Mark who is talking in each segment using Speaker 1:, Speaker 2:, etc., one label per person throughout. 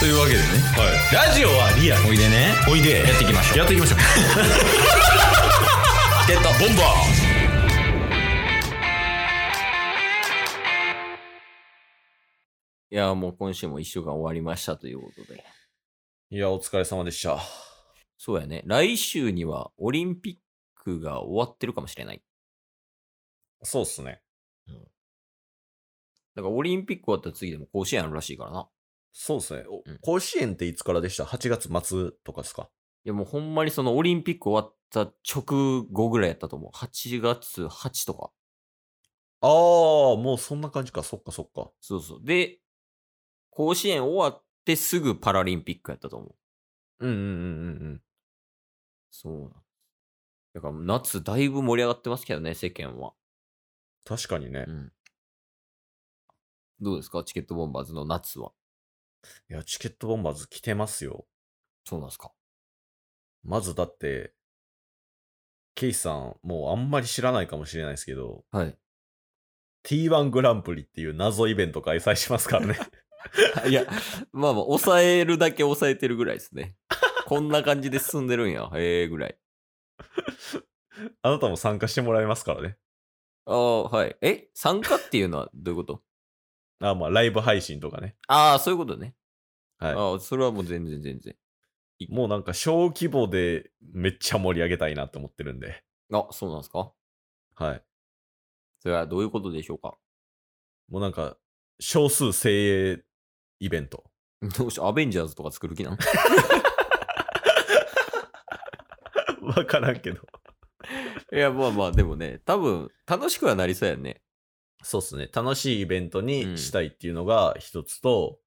Speaker 1: というわけでね、ラジオはリアおいでね
Speaker 2: おいで
Speaker 1: やっていきましょう
Speaker 2: やっていきましょう
Speaker 1: ゲットボンバ
Speaker 3: いや、もう今週も一週間終わりましたということで。
Speaker 2: いやお疲れ様でした
Speaker 3: そうやね。来週にはオリンピックが終わってるかもしれない。
Speaker 2: そうっすね
Speaker 3: だからオリンピック終わったら次でも甲子園あるらしいからな。
Speaker 2: そうっすね、お
Speaker 3: うん
Speaker 2: 甲子園っていつからでした8月末とかですか
Speaker 3: いや、もうほんまにそのオリンピック終わった直後ぐらいやったと思う。8月8とか。
Speaker 2: ああもうそんな感じかそっかそっか
Speaker 3: そうそう。で、甲子園終わってすぐパラリンピックやったと思う。
Speaker 2: うんうんうんうんうん
Speaker 3: そうなんだから夏だいぶ盛り上がってますけどね、世間は。
Speaker 2: 確かにね、
Speaker 3: う
Speaker 2: い
Speaker 3: ん。どうですかチケットボンバーズの夏は。
Speaker 2: やチケットボンバーズ来てますよ
Speaker 3: そうなんですか
Speaker 2: まずだってケイさんもうあんまり知らないかもしれないですけど
Speaker 3: はい。
Speaker 2: T1 グランプリっていう謎イベント開催しますからね
Speaker 3: いや、 まあまあ、抑えるだけ抑えてるぐらいですね。 こんな感じで進んでるんや。へえ、ぐらい。
Speaker 2: あなたも参加してもらえますからね
Speaker 3: ああ、はい。え参加っていうのはどういうこと
Speaker 2: あまあライブ配信とかね
Speaker 3: ああ、そういうことね。
Speaker 2: はい
Speaker 3: ああ、それはもう全然全然。
Speaker 2: もうなんか小規模でめっちゃ盛り上げたいなって思ってるんで、
Speaker 3: あ、そうなんですか
Speaker 2: はい。
Speaker 3: それはどういうことでしょうか
Speaker 2: もうなんか少数精鋭イベント。
Speaker 3: どうしよう、アベンジャーズとか作る気なん
Speaker 2: わからんけど。
Speaker 3: いや、まあまあ、でもね、多分、楽しくはなりそうやね。
Speaker 2: そうっすね。楽しいイベントにしたいっていうのが一つと、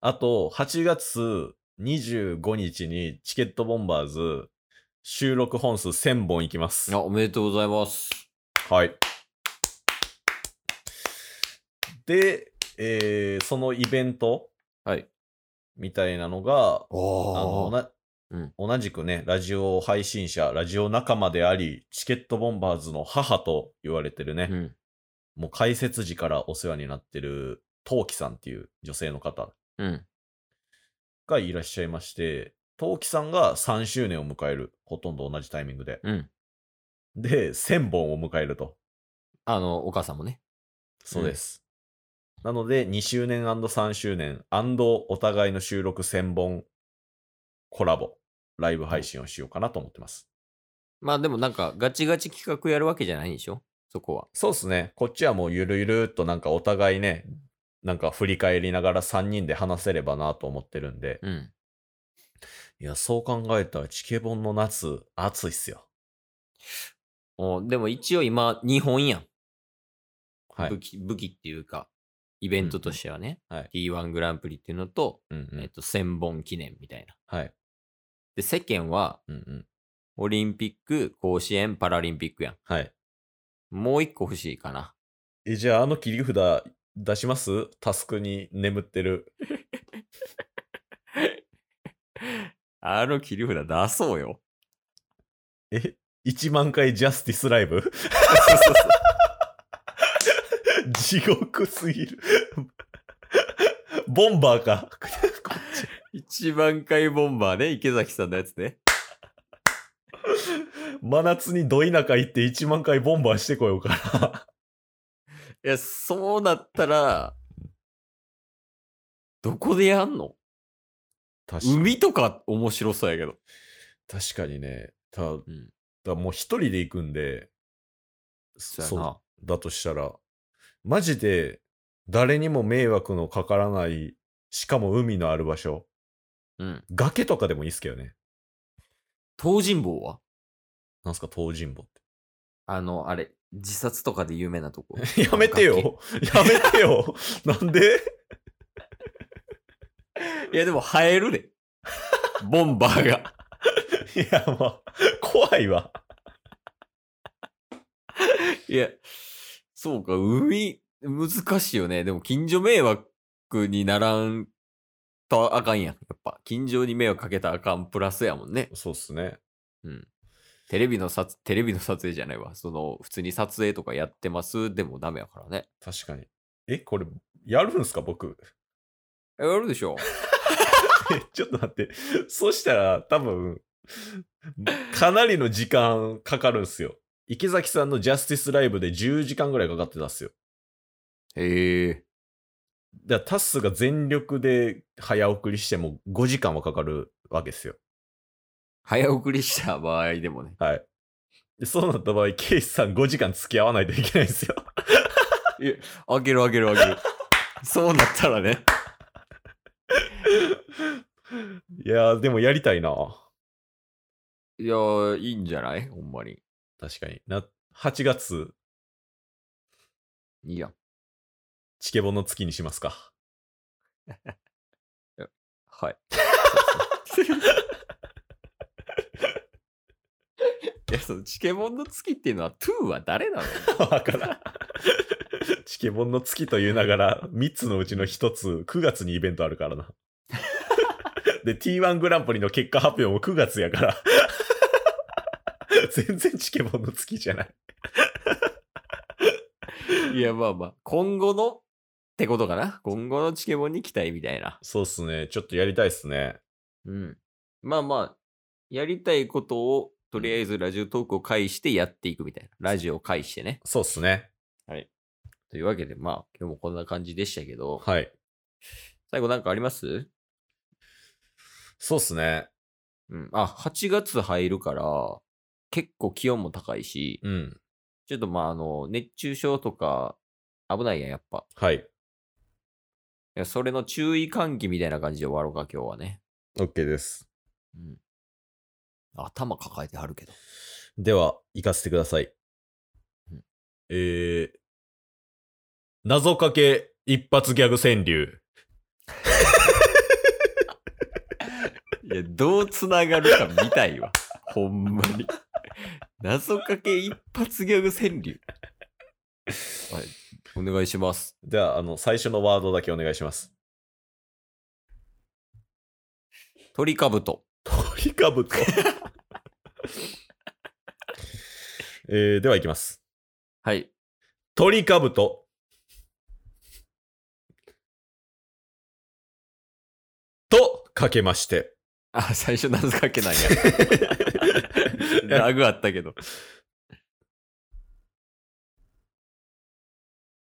Speaker 2: あと8月25日にチケットボンバーズ収録本数1000本いきます
Speaker 3: あ、。おめでとうございます。
Speaker 2: はい。で、えーそのイベント
Speaker 3: はい。
Speaker 2: みたいなのが、あの
Speaker 3: おー。
Speaker 2: な
Speaker 3: うん
Speaker 2: 同じくね、ラジオ配信者、ラジオ仲間であり、チケットボンバーズの母と言われてるね、
Speaker 3: うん。
Speaker 2: もう解説時からお世話になってる、トウキさんっていう女性の方
Speaker 3: うん。
Speaker 2: がいらっしゃいまして、トウキさんが3周年を迎える、ほとんど同じタイミングで。
Speaker 3: うん。
Speaker 2: で、1000本を迎えると。
Speaker 3: あの、お母さんもね。
Speaker 2: そうです。なので、2周年 &3 周年お互いの収録1000本コラボ、ライブ配信をしようかなと思ってます。
Speaker 3: まあでもなんか、ガチガチ企画やるわけじゃないんでしょそこは。
Speaker 2: そうですね。こっちはもうゆるゆるっとなんかお互いね、なんか振り返りながら3人で話せればなと思ってるんで。
Speaker 3: うん。
Speaker 2: いや、そう考えたらチケボンの夏、暑いっすよ。
Speaker 3: おでも一応今、日本やん。
Speaker 2: はい。
Speaker 3: 武器、武器っていうか、イベントとしてはね、
Speaker 2: うんうんはい
Speaker 3: T1 グランプリっていうのと、
Speaker 2: うんう
Speaker 3: え
Speaker 2: ん。
Speaker 3: っと、1000本記念みたいな。
Speaker 2: はい。
Speaker 3: で、世間は、
Speaker 2: うんうん。
Speaker 3: オリンピック、甲子園、パラリンピックやん。
Speaker 2: はい。
Speaker 3: もう一個欲しいかな。
Speaker 2: え、じゃああの切り札出しますタスクに眠ってる。
Speaker 3: あの切り札出そ うよ。
Speaker 2: え ?1 万回ジャスティスライブ 地獄すぎる。 ボンバーか。
Speaker 3: 一番回ボンバーね、池崎さんのやつね。
Speaker 2: 真夏にど田舎行って1万回ボンバーしてこようかな。
Speaker 3: いや、そうなったら、どこでやんの
Speaker 2: 確か
Speaker 3: 海とか面白そうやけど。
Speaker 2: 確かにね。ただ
Speaker 3: ん
Speaker 2: だもう一人で行くんで、
Speaker 3: そうやな。
Speaker 2: うだとしたら、マジで誰にも迷惑のかからない、しかも海のある場所、
Speaker 3: うん。
Speaker 2: 崖とかでもいいっすけどね。
Speaker 3: 東尋坊は
Speaker 2: なんすか、東尋坊っ
Speaker 3: あの、あれ、自殺とかで有名なとこ。
Speaker 2: て。 やめてよ やめてよなんで
Speaker 3: いや、でも生え るで。ボンバーが。
Speaker 2: いや、まあ、怖いわ。
Speaker 3: いや、そうか、海、難しいよね。でも、近所迷惑にならんとあかんやん。やっぱ、近所に迷惑かけたらあかんプラスやもんね。
Speaker 2: そうっすね。
Speaker 3: うん。テレビの撮、テレビの撮影じゃないわ。その、普通に撮影とかやってますでもダメやからね。
Speaker 2: 確かに。え、これ、やるんすか、僕。
Speaker 3: やるでしょ。
Speaker 2: ちょっと待って。そしたら、多分、かなりの時間かかるんすよ。池崎さんのジャスティスライブで10時間ぐらいかかってたんすよ。
Speaker 3: へえ。
Speaker 2: だからタッスが全力で早送りしても5時間はかかるわけですよ。
Speaker 3: 早送りした場合でもね。
Speaker 2: はい。で、そうなった場合、ケイシさん5時間付き合わないといけないんですよ。
Speaker 3: あげるあげるあ げる。そうなったらね。
Speaker 2: いやー、でもやりたいな。
Speaker 3: いやー、いいんじゃないほんまに。
Speaker 2: 確かにな。8月、
Speaker 3: いいやん。
Speaker 2: チケボンの月にしますか。
Speaker 3: はい。そうそう いや、そのチケモンの月っていうのは、トゥーは誰なの
Speaker 2: わからん。チケボンの月と言いながら、3つのうちの1つ、9月にイベントあるからな。で、T1 グランプリの結果発表も9月やから。全然チケボンの月じゃない。
Speaker 3: いや、まあまあ、今後のってことかな。今後のチケモンに期待みたいな。
Speaker 2: そうっすね。ちょっとやりたいっすね。
Speaker 3: うん。まあまあ、やりたいことを、とりあえずラジオトークを介してやっていくみたいな。ラジオを介してね。
Speaker 2: そうっすね。
Speaker 3: というわけで、まあ、今日もこんな感じでしたけど、
Speaker 2: はい。
Speaker 3: 最後なんかあります
Speaker 2: そうっすね。
Speaker 3: うん。あ、8月入るから、結構気温も高いし、
Speaker 2: うん。
Speaker 3: ちょっとまあ、あの、熱中症とか、危ないやん、やっぱ。
Speaker 2: はい。
Speaker 3: いやそれの注意喚起みたいな感じで終わろうか、今日はね。
Speaker 2: OK です。
Speaker 3: うん。頭抱えてはるけど。
Speaker 2: では、行かせてください
Speaker 3: うん。
Speaker 2: えー、謎かけ一発ギャグ川柳。
Speaker 3: いや、どうつながるか見たいわ。ほんまに。 謎かけ一発ギャグ川柳。はい。お願いします。
Speaker 2: では、あの、最初のワードだけお願い します。
Speaker 3: 鳥かぶと。
Speaker 2: 鳥かぶと。 えー、では、いきます。
Speaker 3: はい。
Speaker 2: 鳥かぶと。と、かけ まして。
Speaker 3: あ、最初謎かけなん や。ラグあったけど。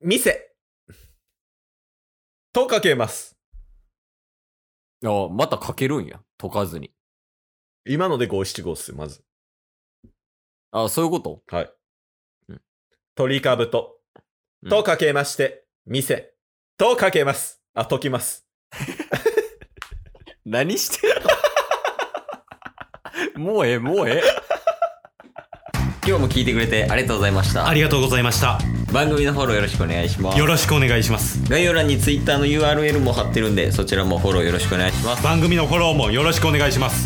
Speaker 2: 店。とかけます。
Speaker 3: あ、またかけるんや。解かずに。
Speaker 2: 今ので五七五っすよ、まず。
Speaker 3: あ、そういうこと
Speaker 2: はい。
Speaker 3: うん
Speaker 2: 鳥かぶと。
Speaker 3: うん
Speaker 2: とかけまして、店。とかけます。あ、解きます。
Speaker 3: 何してんの もうええ、もうええ。今日も聞いてくれてありがとうございました
Speaker 1: あ。りがとうございました。
Speaker 3: 番組のフォローよろしくお願いします
Speaker 1: よ。ろしくお願いします。
Speaker 3: 概要欄に Twitter の URL も貼ってるんで、そちらもフォローよろしくお願いします。
Speaker 1: 番組のフォローもよろしくお願いします。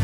Speaker 1: す